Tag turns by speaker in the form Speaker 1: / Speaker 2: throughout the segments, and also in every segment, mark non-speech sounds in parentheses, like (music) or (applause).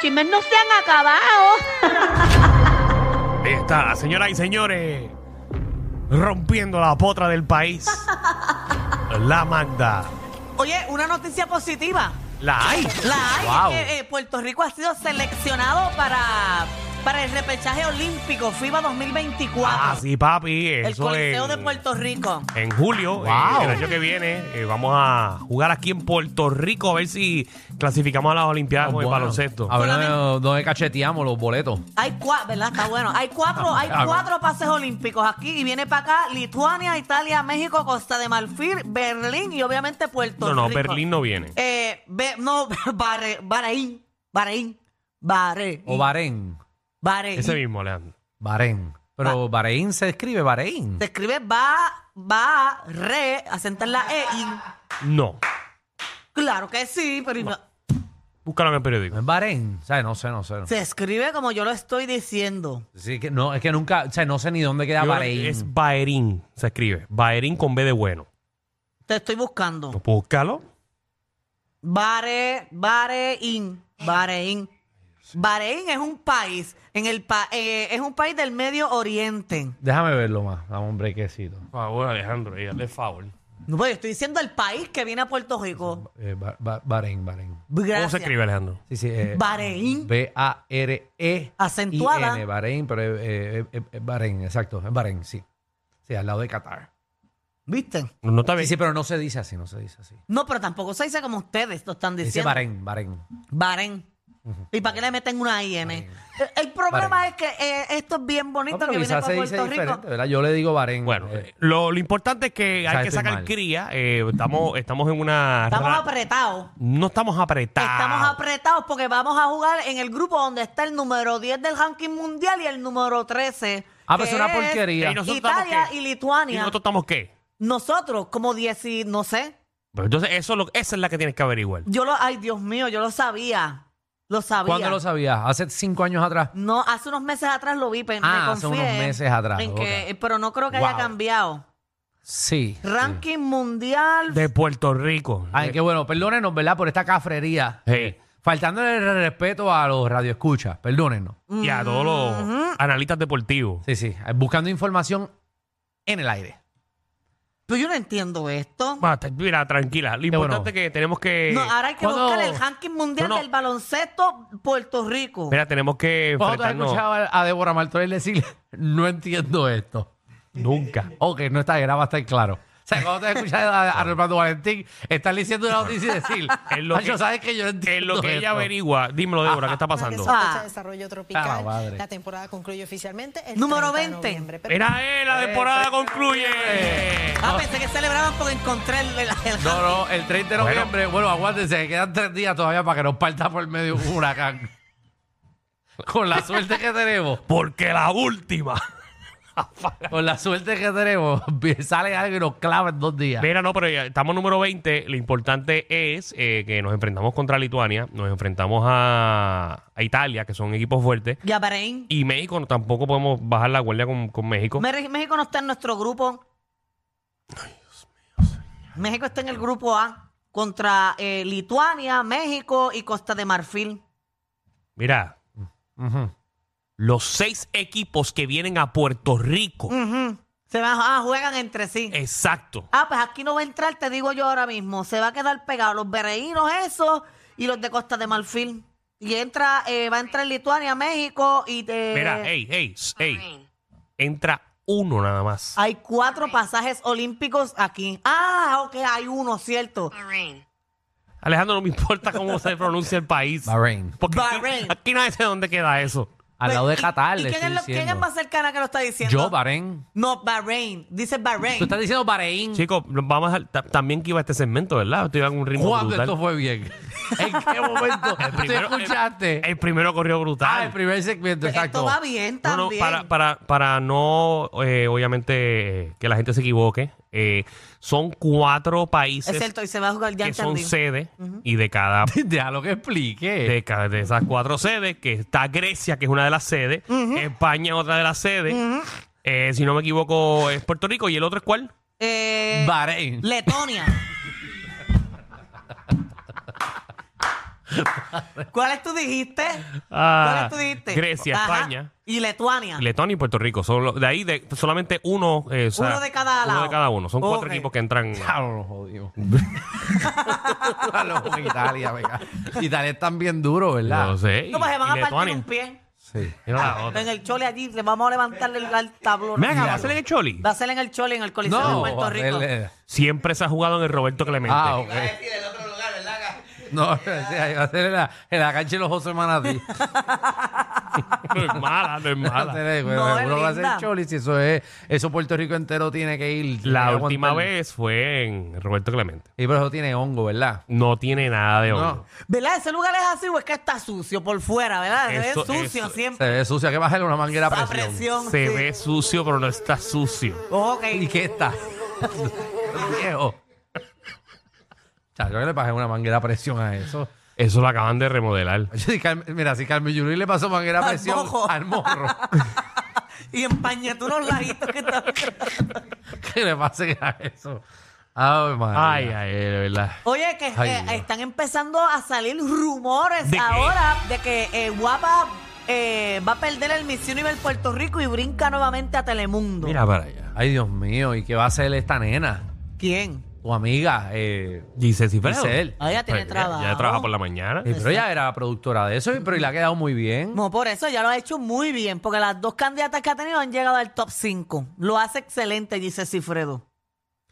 Speaker 1: chismes no se han acabado.
Speaker 2: Ahí está, señoras y señores, rompiendo la potra
Speaker 3: (laughs)
Speaker 2: del país. La Magda.
Speaker 3: Oye, una noticia positiva.
Speaker 2: La hay.
Speaker 3: La hay.
Speaker 2: Wow.
Speaker 3: es que, eh, Puerto Rico ha sido seleccionado para, para el repechaje olímpico FIBA 2024.
Speaker 2: Ah, sí, papi.
Speaker 3: el
Speaker 2: Eso
Speaker 3: Coliseo
Speaker 2: en,
Speaker 3: de Puerto Rico.
Speaker 2: En julio,
Speaker 4: Wow.
Speaker 2: eh, el año que viene, eh, vamos a jugar aquí en Puerto Rico a ver si clasificamos a las Olimpiadas con el
Speaker 4: Bueno,
Speaker 2: baloncesto.
Speaker 4: A ver
Speaker 3: Solamente-
Speaker 4: dónde- dónde cacheteamos los boletos.
Speaker 3: Hay cuatro, ¿verdad? Está bueno. Hay cuatro, hay
Speaker 4: Ah,
Speaker 3: cuatro pases olímpicos aquí y viene para acá Lituania, Italia, México, Costa de Marfil, Berlín y obviamente Puerto
Speaker 2: No, no,
Speaker 3: Rico.
Speaker 2: Berlín no viene.
Speaker 3: Eh, Be- no, (laughs) Bahre- Bahrein, Bahrein, Bahrein,
Speaker 4: O Bahrein.
Speaker 3: Bahrein.
Speaker 2: Ese mismo, Leandro.
Speaker 4: Bahrein.
Speaker 3: Ah.
Speaker 4: Pero Bahrein se escribe Bahrein.
Speaker 3: Se escribe ba, ba, re, acento en la e. y-
Speaker 2: No.
Speaker 3: claro que sí, pero no-
Speaker 2: Búscalo en el periódico.
Speaker 4: ¿No es Bahrein? O sea, no sé, no sé. no sé.
Speaker 3: se escribe como yo lo estoy diciendo.
Speaker 4: Sí, que no, es que nunca, o sea, no sé ni dónde queda
Speaker 2: Yo-
Speaker 4: Bahrein.
Speaker 2: Es Baerín, se escribe. Baerín con B de bueno.
Speaker 3: Te estoy buscando.
Speaker 2: Búscalo.
Speaker 3: Bahre, Bahrein, Bahrein. Bahrein es un país, en el pa- eh, es un país del Medio Oriente.
Speaker 4: Déjame verlo más. Dame un brequecito.
Speaker 2: Por favor, Alejandro, ya, de favor.
Speaker 3: No, pero yo estoy diciendo el país que viene a Puerto Rico.
Speaker 4: Eh, Ba- Ba- Bahrein, Bahrein.
Speaker 2: ¿Cómo
Speaker 3: Gracias.
Speaker 2: se escribe, Alejandro?
Speaker 4: Sí, sí. eh,
Speaker 3: Bahrein.
Speaker 4: B-A-R-E.
Speaker 3: Acentuada.
Speaker 4: E, Bahrein, pero es eh, eh, eh, Bahrein, exacto. Es Bahrein, sí. Sí, al lado de Qatar.
Speaker 3: ¿Viste?
Speaker 2: No, no está
Speaker 4: Sí,
Speaker 2: bien.
Speaker 4: sí, pero no se dice así, no se dice así.
Speaker 3: No, pero tampoco se dice como ustedes lo están
Speaker 4: Dice
Speaker 3: diciendo.
Speaker 4: Bahrein, Bahrein.
Speaker 3: Bahrein. ¿Y para qué le meten una IN?
Speaker 4: Bahrein.
Speaker 3: El- El problema es
Speaker 4: Bahrein.
Speaker 3: que eh, esto es bien bonito
Speaker 4: No, pero
Speaker 3: que viene
Speaker 4: quizás
Speaker 3: para
Speaker 4: se dice
Speaker 3: Puerto
Speaker 4: diferente,
Speaker 3: Rico.
Speaker 4: ¿verdad? Yo le digo Bahrein.
Speaker 2: Bueno,
Speaker 4: Eh,
Speaker 2: eh, lo, lo importante es que
Speaker 4: sea,
Speaker 2: hay que
Speaker 4: estoy
Speaker 2: sacar
Speaker 4: mal. Mm.
Speaker 2: cría. eh, estamos, estamos en una.
Speaker 3: Estamos
Speaker 2: ra-
Speaker 3: apretados.
Speaker 2: No estamos apretados.
Speaker 3: Estamos apretados porque vamos a jugar en el grupo donde está el número 10 del ranking mundial y el número 13.
Speaker 4: Ah, pero
Speaker 3: que
Speaker 4: es una porquería.
Speaker 2: Y nosotros
Speaker 3: Italia
Speaker 2: estamos qué?
Speaker 3: y
Speaker 2: ¿Y
Speaker 3: Lituania.
Speaker 2: nosotros estamos qué?
Speaker 3: Nosotros, como 10 y no sé.
Speaker 2: Pero entonces, eso es lo- esa es la que tienes que averiguar.
Speaker 3: Yo lo, ay Dios mío, yo lo sabía. Lo sabía.
Speaker 4: ¿Cuándo lo sabías? ¿Hace cinco años atrás?
Speaker 3: No, hace unos meses atrás lo vi, pero
Speaker 4: Ah,
Speaker 3: me
Speaker 4: hace
Speaker 3: confié
Speaker 4: unos meses atrás,
Speaker 3: en
Speaker 4: ok.
Speaker 3: que- pero no creo que haya
Speaker 2: Wow.
Speaker 3: cambiado.
Speaker 4: Sí.
Speaker 3: Ranking mundial.
Speaker 2: De Puerto Rico. Eh,
Speaker 4: Ay, qué bueno. Perdónenos, ¿verdad? Por esta cafrería.
Speaker 2: Sí.
Speaker 4: Faltándole el respeto a los radioescuchas. Perdónenos.
Speaker 2: Y a todos los analistas deportivos.
Speaker 4: Sí, sí. Eh, Buscando información en el aire.
Speaker 3: Pero yo no entiendo esto.
Speaker 2: Va, t- Mira, tranquila. Lo
Speaker 4: bueno.
Speaker 2: importante es que tenemos que.
Speaker 3: no, ahora hay que
Speaker 4: ¿cuándo-
Speaker 3: buscar el ranking mundial
Speaker 2: No, no.
Speaker 3: del baloncesto Puerto Rico.
Speaker 2: Mira, tenemos que
Speaker 4: ¿Cuándo tú has
Speaker 2: enfrentarnos.
Speaker 4: escuchado a Débora Martorell decir, (laughs) no entiendo esto? (laughs)
Speaker 2: Nunca.
Speaker 4: Ok, no está grave, está claro. O sea, cuando te escuchas a a Armando Valentín, están diciendo una noticia y decir,
Speaker 2: (laughs) Es lo
Speaker 4: "Macho,
Speaker 2: que-
Speaker 4: ¿sabes que yo no entiendo
Speaker 2: Es lo que ella
Speaker 4: esto"?
Speaker 2: averigua. Dímelo, Débora, ¿qué está pasando?
Speaker 3: Ah.
Speaker 5: Sospecha de desarrollo tropical.
Speaker 4: Ah, madre.
Speaker 5: La temporada concluye oficialmente el
Speaker 3: Número
Speaker 5: 30 de
Speaker 3: 20.
Speaker 5: noviembre. Pero-
Speaker 2: Mira, eh, la temporada
Speaker 4: Eh,
Speaker 2: concluye.
Speaker 3: Ah, pensé que celebraban porque encontré el, el- el-
Speaker 4: No, no, el 30 de
Speaker 2: Bueno.
Speaker 4: noviembre, bueno, aguántense, que quedan tres días todavía para que nos parta por medio un huracán. Con la suerte que tenemos,
Speaker 2: Porque la última.
Speaker 4: con la suerte que tenemos, (laughs) sale algo y nos clava en dos
Speaker 2: (laughs)
Speaker 4: días.
Speaker 2: Mira, no, pero ya estamos número 20. Lo importante es eh, que nos enfrentamos contra Lituania, nos enfrentamos a, a Italia, que son equipos fuertes,
Speaker 3: Ya, Bahrein.
Speaker 2: y México, no, tampoco podemos bajar la guardia con, con México.
Speaker 3: Mer- México no está en nuestro grupo. México está en el grupo A contra eh, Lituania, México y Costa de Marfil.
Speaker 2: Mira,
Speaker 4: Ujú.
Speaker 2: los seis equipos que vienen a Puerto Rico.
Speaker 3: Ujú. Se van ah, juegan entre sí.
Speaker 2: Exacto.
Speaker 3: Mm. Ah, pues aquí no va a entrar, te digo yo ahora mismo. Se va a quedar pegado los bereínos esos y los de Costa de Marfil. Y entra, eh, va a entrar Lituania, México y eh, te...
Speaker 2: Mira, hey, hey,
Speaker 3: Ah,
Speaker 2: s- hey.
Speaker 3: eh.
Speaker 2: Entra uno nada más.
Speaker 3: Hay cuatro pasajes olímpicos aquí. Ah, ok, hay uno, cierto.
Speaker 2: Alejandro, no me importa cómo se pronuncia el país.
Speaker 4: Bahrein.
Speaker 2: Porque aquí-
Speaker 3: Bahrein.
Speaker 2: Aquí, nadie sabe dónde queda eso.
Speaker 4: Al lado de
Speaker 3: Pues, ¿Y-
Speaker 4: Qatar,
Speaker 3: ¿Y,
Speaker 4: le
Speaker 3: quién,
Speaker 4: estoy
Speaker 3: es lo- quién
Speaker 4: diciendo.
Speaker 3: es más cercana que lo está diciendo?
Speaker 4: Yo, Bahrein.
Speaker 3: No, Bahrein. Dice Bahrein.
Speaker 4: Tú estás diciendo Bahrein.
Speaker 2: Chicos, Mm. vamos a, ta- también que iba este segmento, ¿verdad? Estoy en un ritmo
Speaker 4: ¿Cuándo
Speaker 2: brutal.
Speaker 4: esto fue bien? (laughs) ¿En qué momento
Speaker 2: El primero-
Speaker 4: tú escuchaste?
Speaker 2: El primero corrió brutal.
Speaker 4: ah, el primer segmento,
Speaker 3: Esto
Speaker 4: exacto.
Speaker 3: va bien
Speaker 2: No, no,
Speaker 3: también.
Speaker 2: para, para, para no, eh, obviamente, eh, que la gente se equivoque, eh, son cuatro países
Speaker 3: es cierto, y se va a jugar, ya
Speaker 2: que son
Speaker 3: entendí.
Speaker 2: sede y
Speaker 3: (laughs)
Speaker 2: de cada,
Speaker 4: (laughs) Déjalo que explique.
Speaker 2: de cada- de esas cuatro sedes, que está Grecia, que es una de las sedes, España, otra de las sedes, eh, si no me equivoco, es Puerto Rico, y el otro es cuál?
Speaker 3: Eh,
Speaker 2: (laughs)
Speaker 4: Bahrein.
Speaker 3: Letonia. ¿Cuáles tú dijiste?
Speaker 2: Ah,
Speaker 3: ¿Cuáles tú dijiste?
Speaker 2: Grecia,
Speaker 3: Ajá.
Speaker 2: España.
Speaker 3: Y Letuania.
Speaker 2: Letonia y Puerto Rico. Son los- de ahí de, solamente uno. eh, o sea,
Speaker 3: Uno de cada
Speaker 2: uno.
Speaker 3: lado.
Speaker 2: de cada uno. Son cuatro
Speaker 3: Ok.
Speaker 2: equipos que entran.
Speaker 4: Claro, nos (laughs) jodimos. Hablo con Italia, venga. Italia es tan bien duro, ¿verdad?
Speaker 2: No sé. y-
Speaker 3: No, pues se van
Speaker 2: y
Speaker 3: a partir
Speaker 2: Letonia.
Speaker 3: un pie.
Speaker 4: Sí.
Speaker 2: Mira
Speaker 3: (laughs)
Speaker 2: la otra.
Speaker 3: En el chole allí, le vamos a levantarle el, el tablón.
Speaker 2: Venga, ¿va a ser en el Choli?
Speaker 3: Va a ser en el chole, en el Coliseo
Speaker 4: No,
Speaker 3: de Puerto Rico.
Speaker 4: él es-
Speaker 2: Siempre se ha jugado en el Roberto Clemente.
Speaker 4: Ah, ok. No, (laughs) o sea, iba a ser en la, en la cancha de los
Speaker 3: (laughs)
Speaker 4: José Manatí.
Speaker 2: (laughs) No es mala, no es mala.
Speaker 3: No, es
Speaker 4: Uno va a hacer
Speaker 3: linda.
Speaker 4: cholis y eso es, eso Puerto Rico entero tiene que ir. tiene
Speaker 2: La
Speaker 4: que
Speaker 2: última
Speaker 4: aguantar.
Speaker 2: vez fue en Roberto Clemente.
Speaker 4: Y pero eso tiene hongo, ¿verdad?
Speaker 2: No tiene nada de hongo.
Speaker 4: No.
Speaker 3: ¿Verdad? Ese lugar es así o es que está sucio por fuera, ¿verdad? Se ve
Speaker 2: Eso,
Speaker 3: sucio
Speaker 2: eso.
Speaker 3: siempre.
Speaker 4: Se ve sucio, hay que bajarle una manguera a
Speaker 3: A
Speaker 4: presión.
Speaker 3: presión.
Speaker 2: Se
Speaker 3: sí.
Speaker 2: ve sucio, pero no está sucio.
Speaker 3: Ok.
Speaker 4: ¿Y qué está? (laughs) Viejo. Chacho, que le bajé una manguera a presión a eso.
Speaker 2: Eso lo acaban de remodelar.
Speaker 4: Yo, si Carmen- mira, si Carmen Yulín le pasó manguera a
Speaker 3: Al
Speaker 4: presión
Speaker 3: mojo.
Speaker 4: al morro, (laughs)
Speaker 3: Y empañé tú los laguitos que están.
Speaker 4: ¿qué le pase a eso? Ay, madre.
Speaker 2: Ay, ay, de verdad.
Speaker 3: Oye, que
Speaker 4: Ay,
Speaker 3: eh,
Speaker 4: Dios.
Speaker 3: están empezando a salir rumores
Speaker 2: ¿De qué?
Speaker 3: ahora de que eh, Guapa eh, va a perder el Miss Universe Puerto Rico y brinca nuevamente a Telemundo.
Speaker 2: Mira para allá.
Speaker 4: Ay, Dios mío, ¿y qué va a hacer esta nena?
Speaker 3: ¿Quién?
Speaker 4: Tu amiga, eh,
Speaker 2: Dice si
Speaker 4: Giselle.
Speaker 3: Ah, ella tiene trabajo.
Speaker 2: Ya trabaja por la mañana.
Speaker 4: Eh, pero ella era productora de eso, y- pero y le ha quedado muy bien.
Speaker 3: No, por eso ya lo ha hecho muy bien, porque las dos candidatas que ha tenido han llegado al top 5. Lo hace excelente, dice Cifredo.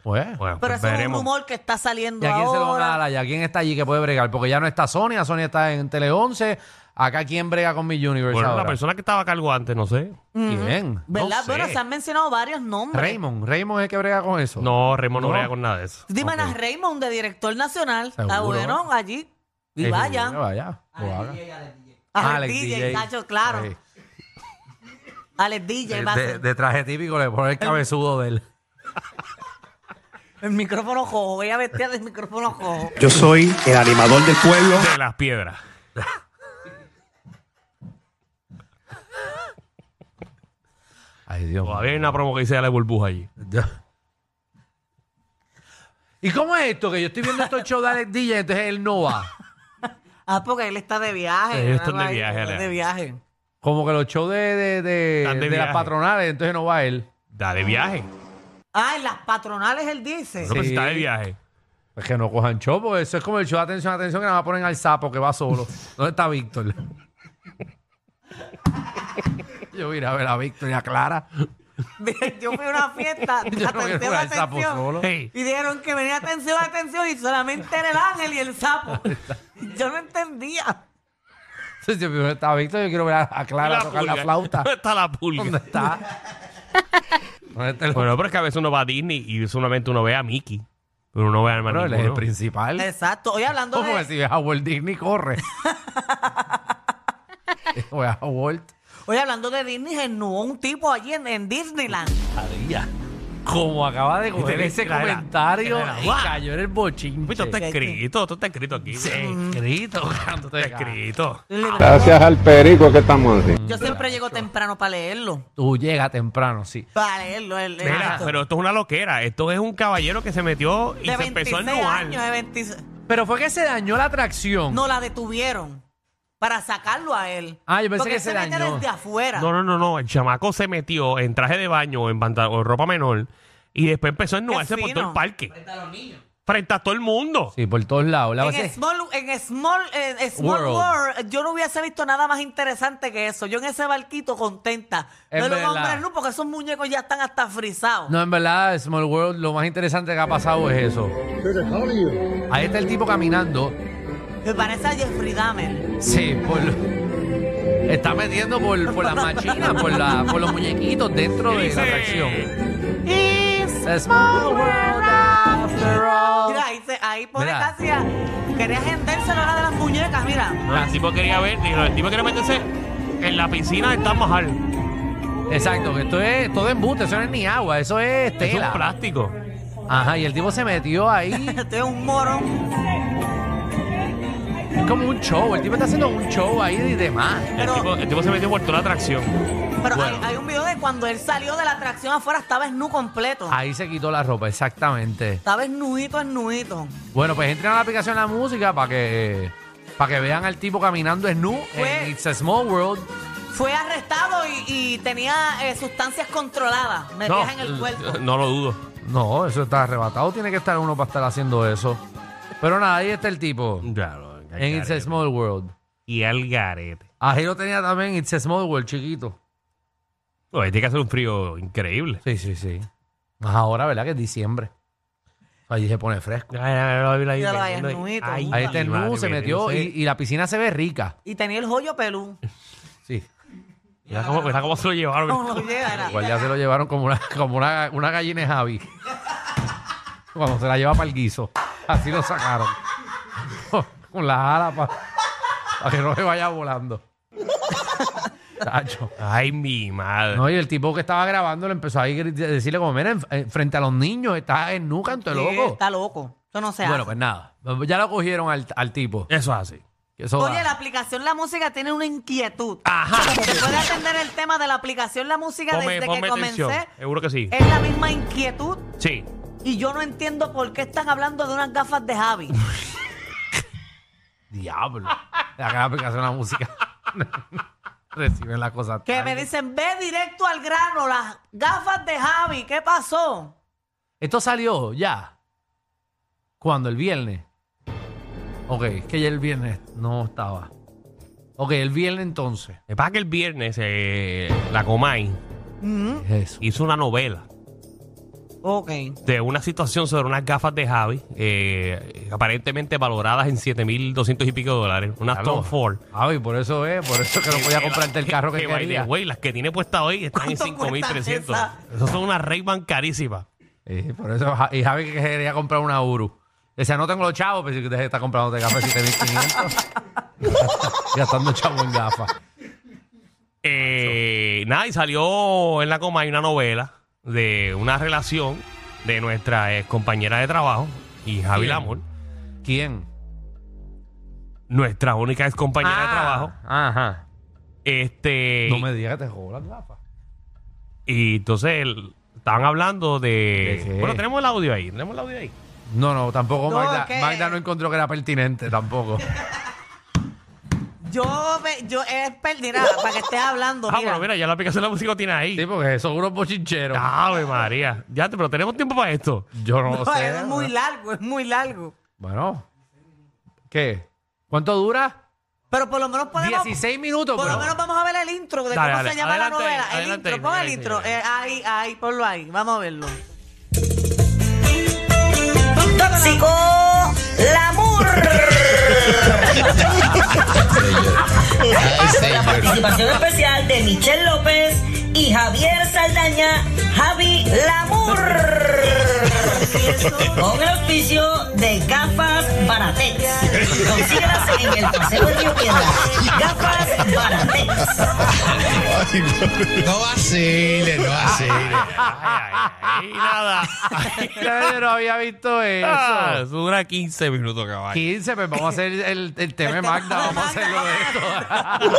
Speaker 4: Pues.
Speaker 2: Bueno,
Speaker 3: Pero
Speaker 2: pues
Speaker 3: eso es un
Speaker 2: veremos.
Speaker 3: rumor que está saliendo
Speaker 4: ¿Y a quién se lo van a
Speaker 3: ahora.
Speaker 4: dar? ¿Y a quién está allí que puede bregar? Porque ya no está Sonia, Sonia está en Tele 11. Acá, ¿quién brega con mi Universe?
Speaker 2: Bueno, la
Speaker 4: ahora?
Speaker 2: persona que estaba a cargo antes, no sé.
Speaker 4: ¿Quién? No
Speaker 3: ¿Verdad?
Speaker 4: sé.
Speaker 3: Bueno, se han mencionado varios nombres.
Speaker 4: Raymond, Raymond es el que brega con eso.
Speaker 2: No, Remo no,
Speaker 4: No.
Speaker 2: brega con nada de eso.
Speaker 3: ¿Tú te imaginas Raymond de director nacional? Está
Speaker 4: Seguro.
Speaker 3: bueno allí. Y
Speaker 4: Eh,
Speaker 3: vayan.
Speaker 4: que Vaya, lo haga.
Speaker 3: Alex,
Speaker 4: Ah, Alex
Speaker 3: DJ,
Speaker 4: DJ.
Speaker 3: Nacho, claro.
Speaker 4: Sí.
Speaker 3: Alex DJ va a
Speaker 4: De,
Speaker 3: ser
Speaker 4: de traje típico le
Speaker 3: (laughs)
Speaker 4: pone el cabezudo de él.
Speaker 3: el micrófono cojo. Voy a vestir del micrófono cojo.
Speaker 6: Yo soy el animador del pueblo.
Speaker 2: De las piedras.
Speaker 4: Ay, Dios mío.
Speaker 2: Todavía hay una promo que dice la burbuja allí.
Speaker 4: ¿Y cómo es esto? Que yo estoy viendo estos shows de Alex DJ, entonces él no va.
Speaker 3: Ah, porque él está de viaje.
Speaker 2: Ellos están de
Speaker 3: Ay,
Speaker 2: viaje,
Speaker 3: está
Speaker 2: Alex.
Speaker 3: de viaje.
Speaker 4: Como que los shows de, de, de,
Speaker 2: Están de
Speaker 4: de
Speaker 2: viaje.
Speaker 4: las patronales, entonces no va él.
Speaker 2: Da de viaje.
Speaker 3: Ah, en las patronales él dice.
Speaker 2: No, pero si está de viaje.
Speaker 4: Es que no cojan show, porque eso es como el show de atención, atención, que nada más ponen al sapo que va solo. ¿Dónde está Víctor? (laughs) yo vine a ver a Víctor y a Clara. (laughs)
Speaker 3: Yo fui a una fiesta,
Speaker 4: Yo no quiero
Speaker 3: atención,
Speaker 4: ver al sapo
Speaker 3: atención.
Speaker 4: solo.
Speaker 2: Hey.
Speaker 3: Y dijeron que venía atención, atención, y solamente era el ángel y el sapo. Yo no entendía.
Speaker 4: Entonces, yo primero está Víctor, yo quiero ver a, a Clara tocar la
Speaker 2: pulga. (laughs)
Speaker 4: flauta.
Speaker 2: ¿Dónde está la
Speaker 4: ¿Dónde
Speaker 2: pulga?
Speaker 4: está?
Speaker 3: (laughs)
Speaker 4: ¿Dónde está el
Speaker 2: Bueno, pero es que a veces uno va a Disney y solamente uno ve a Mickey. Pero uno ve al
Speaker 4: Bueno,
Speaker 2: hermano.
Speaker 4: él es el principal.
Speaker 3: Exacto. Hoy hablando
Speaker 4: (laughs) ¿Cómo que
Speaker 3: de,
Speaker 4: si ves a Walt Disney, corre? (laughs) Voy a Walt.
Speaker 3: hoy hablando de Disney, desnudó un tipo allí en, en Disneyland.
Speaker 4: Como acaba de
Speaker 2: coger
Speaker 4: coger
Speaker 2: ese
Speaker 4: ese comentario,
Speaker 2: comentario, y
Speaker 4: cayó en el bochín.
Speaker 2: Esto está escrito, esto está escrito aquí.
Speaker 4: escrito.
Speaker 2: Esto está escrito.
Speaker 7: Gracias al perico que estamos así.
Speaker 3: Yo siempre llego temprano para leerlo.
Speaker 4: Tú llegas temprano, sí.
Speaker 3: Para leerlo. El, el-
Speaker 2: Mira,
Speaker 3: esto.
Speaker 2: pero esto es una loquera. Esto es un caballero que se metió y
Speaker 3: de
Speaker 2: se empezó a
Speaker 3: 26
Speaker 2: ennuar.
Speaker 3: años, de 26.
Speaker 4: Pero fue que se dañó la atracción.
Speaker 3: No la detuvieron para sacarlo a él.
Speaker 4: Ah, yo pensé
Speaker 3: Porque
Speaker 4: que
Speaker 3: él
Speaker 4: se
Speaker 3: se mete
Speaker 4: dañó.
Speaker 3: desde afuera.
Speaker 2: No, no, no, no. El chamaco se metió en traje de baño o en pantalón, ropa menor y después empezó a ennudarse por
Speaker 3: fino.
Speaker 2: todo el parque. Frente a los niños. Frente a todo el mundo.
Speaker 4: Sí, por todos lados. La base
Speaker 3: En
Speaker 4: es-
Speaker 3: Small, en Small, eh, Small
Speaker 4: World.
Speaker 3: World. yo no hubiese visto nada más interesante que eso. Yo en ese barquito contenta.
Speaker 4: Es
Speaker 3: de los
Speaker 4: verdad.
Speaker 3: hombres no, porque esos muñecos ya están hasta frisados.
Speaker 4: No, en verdad, Small World, lo más interesante que ha pasado es eso. Ahí está el tipo caminando.
Speaker 3: Me parece a Jeffrey Dahmer.
Speaker 4: Sí, por lo- Está metiendo por, por las machinas, por, la, por los muñequitos dentro
Speaker 2: Y
Speaker 4: de
Speaker 2: dice,
Speaker 4: la atracción. Small World after all.
Speaker 3: Mira, ahí, se- ahí pone
Speaker 4: Mira.
Speaker 3: casi a... Quería agendérselo a la de las muñecas, mira. (laughs)
Speaker 2: El tipo quería ver, dijo, el tipo quería meterse en la piscina de Taj Mahal.
Speaker 4: Exacto, que esto es todo embuste, eso no es ni agua, eso es
Speaker 2: Es un
Speaker 4: tela.
Speaker 2: plástico.
Speaker 4: Ajá, y el tipo se metió ahí.
Speaker 3: Este es un morón.
Speaker 4: Es como un show, el tipo está haciendo un show ahí y demás.
Speaker 2: el,
Speaker 3: Pero-
Speaker 2: tipo, el tipo se metió por toda la atracción.
Speaker 3: Pero
Speaker 2: Bueno.
Speaker 3: hay, hay un video de cuando él salió de la atracción afuera, estaba nu completo.
Speaker 4: Ahí se quitó la ropa, exactamente.
Speaker 3: Estaba esnudito, esnudito.
Speaker 4: Bueno, pues entren a la aplicación de la música para que Para que vean al tipo caminando en nu
Speaker 3: Fue-
Speaker 4: en It's a Small World.
Speaker 3: Fue arrestado y, y tenía eh, sustancias controladas metidas en el cuerpo.
Speaker 2: no eh, lo dudo.
Speaker 4: No, eso está arrebatado. Tiene que estar uno para estar haciendo eso. Pero nada, ahí está el tipo.
Speaker 2: Claro,
Speaker 4: En It's a Small World.
Speaker 2: Y al garete.
Speaker 4: Ahí lo tenía también It's a Small World, chiquito.
Speaker 2: Oye, tiene que hacer un frío increíble.
Speaker 4: Sí, sí, sí. Más ahora, ¿verdad? Que es diciembre. Allí se pone fresco.
Speaker 2: Ahí
Speaker 3: Mira, vaya, nudito.
Speaker 4: Ahí está el nu, se metió y, y la piscina se ve rica.
Speaker 3: Y tenía el joyo pelú.
Speaker 4: Sí.
Speaker 2: Mira cómo, mira cómo se lo llevaron.
Speaker 3: No lo llevara.
Speaker 4: Igual ya se lo llevaron como una, como una, una gallina de Javi. Cuando se la lleva para el guiso. Así lo sacaron. (laughs) Con las alas para que no le vaya volando. Tacho.
Speaker 2: Ay, mi madre.
Speaker 4: No, y el tipo que estaba grabando le empezó a ir- decirle como, miren, frente a los niños, está en nuca, entonces
Speaker 3: Sí,
Speaker 4: loco.
Speaker 3: Está loco. Eso no se
Speaker 4: Bueno,
Speaker 3: hace.
Speaker 4: pues nada. Ya lo cogieron al, al tipo.
Speaker 2: Eso es así.
Speaker 4: Eso
Speaker 3: Oye,
Speaker 4: va.
Speaker 3: la aplicación La Música tiene una inquietud.
Speaker 2: Ajá.
Speaker 3: Se puede atender el tema de la aplicación La Música
Speaker 2: Ponme,
Speaker 3: desde
Speaker 2: ponme
Speaker 3: que comencé. eh,
Speaker 2: atención. Seguro que sí.
Speaker 3: Es la misma inquietud
Speaker 2: Sí.
Speaker 3: y yo no entiendo por qué están hablando de unas gafas de Javi.
Speaker 4: Diablo. Acá aplicación de la música. (laughs) Reciben la cosa.
Speaker 3: Que me
Speaker 4: tarde.
Speaker 3: dicen, ve directo al grano, las gafas de Javi, ¿qué pasó?
Speaker 4: Esto salió ya. ¿Cuándo? El viernes. Ok, es que ya el viernes no estaba. Ok, el viernes entonces.
Speaker 2: Me pasa que el viernes eh, la Comay
Speaker 3: ¿Mm?
Speaker 4: Eso.
Speaker 2: hizo una novela
Speaker 3: Ok.
Speaker 2: de una situación sobre unas gafas de Javi, eh, aparentemente valoradas en 7.200 y pico de dólares. Unas
Speaker 4: Diablo.
Speaker 2: Tom Ford.
Speaker 4: Ay, por eso es, por eso es que
Speaker 2: (laughs)
Speaker 4: no podía comprarte el carro que,
Speaker 2: Que, by the
Speaker 4: quería.
Speaker 2: way, las que tiene puesta hoy están en
Speaker 3: ¿Cuánto cuestan
Speaker 2: 5.300.
Speaker 3: esas?
Speaker 2: Esas son unas Ray-Ban carísimas.
Speaker 4: Eh, por eso, Ja- y Javi que quería comprar una Uru. Decía, no tengo los chavos, pero si te está comprando de gafas 7500. (laughs) Gastando chavo en gafas.
Speaker 2: Eh, nada, y salió en la coma hay una novela de una relación de nuestra ex compañera de trabajo y Javi
Speaker 4: Bien.
Speaker 2: Lamor,
Speaker 4: ¿Quién?
Speaker 2: nuestra única ex compañera
Speaker 3: Ah.
Speaker 2: de trabajo.
Speaker 4: Ajá.
Speaker 2: Este
Speaker 4: Ah. No me digas que te jugó las gafas.
Speaker 2: y entonces el- estaban hablando de,
Speaker 4: ¿De qué?
Speaker 2: Bueno, tenemos el audio ahí, tenemos el audio ahí.
Speaker 4: No, no, tampoco
Speaker 3: No,
Speaker 4: Magda.
Speaker 3: es que-
Speaker 4: Magda no encontró que era pertinente
Speaker 3: (laughs)
Speaker 4: tampoco.
Speaker 3: Yo, ve- yo es perdirá para que estés hablando.
Speaker 2: Ah,
Speaker 3: mira.
Speaker 2: bueno, mira, ya la aplicación de la música lo tiene
Speaker 4: Sí,
Speaker 2: ahí.
Speaker 4: porque son unos bochincheros.
Speaker 2: Ave María. Ya, te- pero tenemos tiempo para esto.
Speaker 4: Yo no,
Speaker 3: No,
Speaker 4: lo sé.
Speaker 3: es muy largo, es muy largo.
Speaker 4: Bueno. ¿Qué? ¿Cuánto dura?
Speaker 3: Pero por lo menos podemos.
Speaker 4: 16 minutos,
Speaker 3: Por
Speaker 4: pero-
Speaker 3: lo menos vamos a ver el intro de
Speaker 2: Dale,
Speaker 3: cómo
Speaker 2: dale,
Speaker 3: se llama
Speaker 2: adelante
Speaker 3: la novela.
Speaker 2: ahí,
Speaker 3: el
Speaker 2: adelante ahí,
Speaker 3: intro, pon el
Speaker 2: adelante
Speaker 3: intro.
Speaker 2: ahí.
Speaker 3: Eh, ahí, ahí, ponlo ahí. Vamos a verlo.
Speaker 1: Tóxico Lamour. La participación especial de Michelle López y Javier Saldaña, Javi Lamour. Con el auspicio de Gafas Baratex. Consíguelas en el Paseo de Río Piedra. Gafas Baratex.
Speaker 8: No vacile, no
Speaker 2: (laughs)
Speaker 8: vacile.
Speaker 2: Y nada.
Speaker 4: Ya (laughs) yo no había visto eso.
Speaker 2: Ah, eso dura 15 minutos, caballo.
Speaker 4: 15, pues vamos a hacer el, el tema
Speaker 3: tema
Speaker 4: de Magda,
Speaker 3: de
Speaker 4: vamos a
Speaker 3: Magda,
Speaker 4: hacerlo de esto.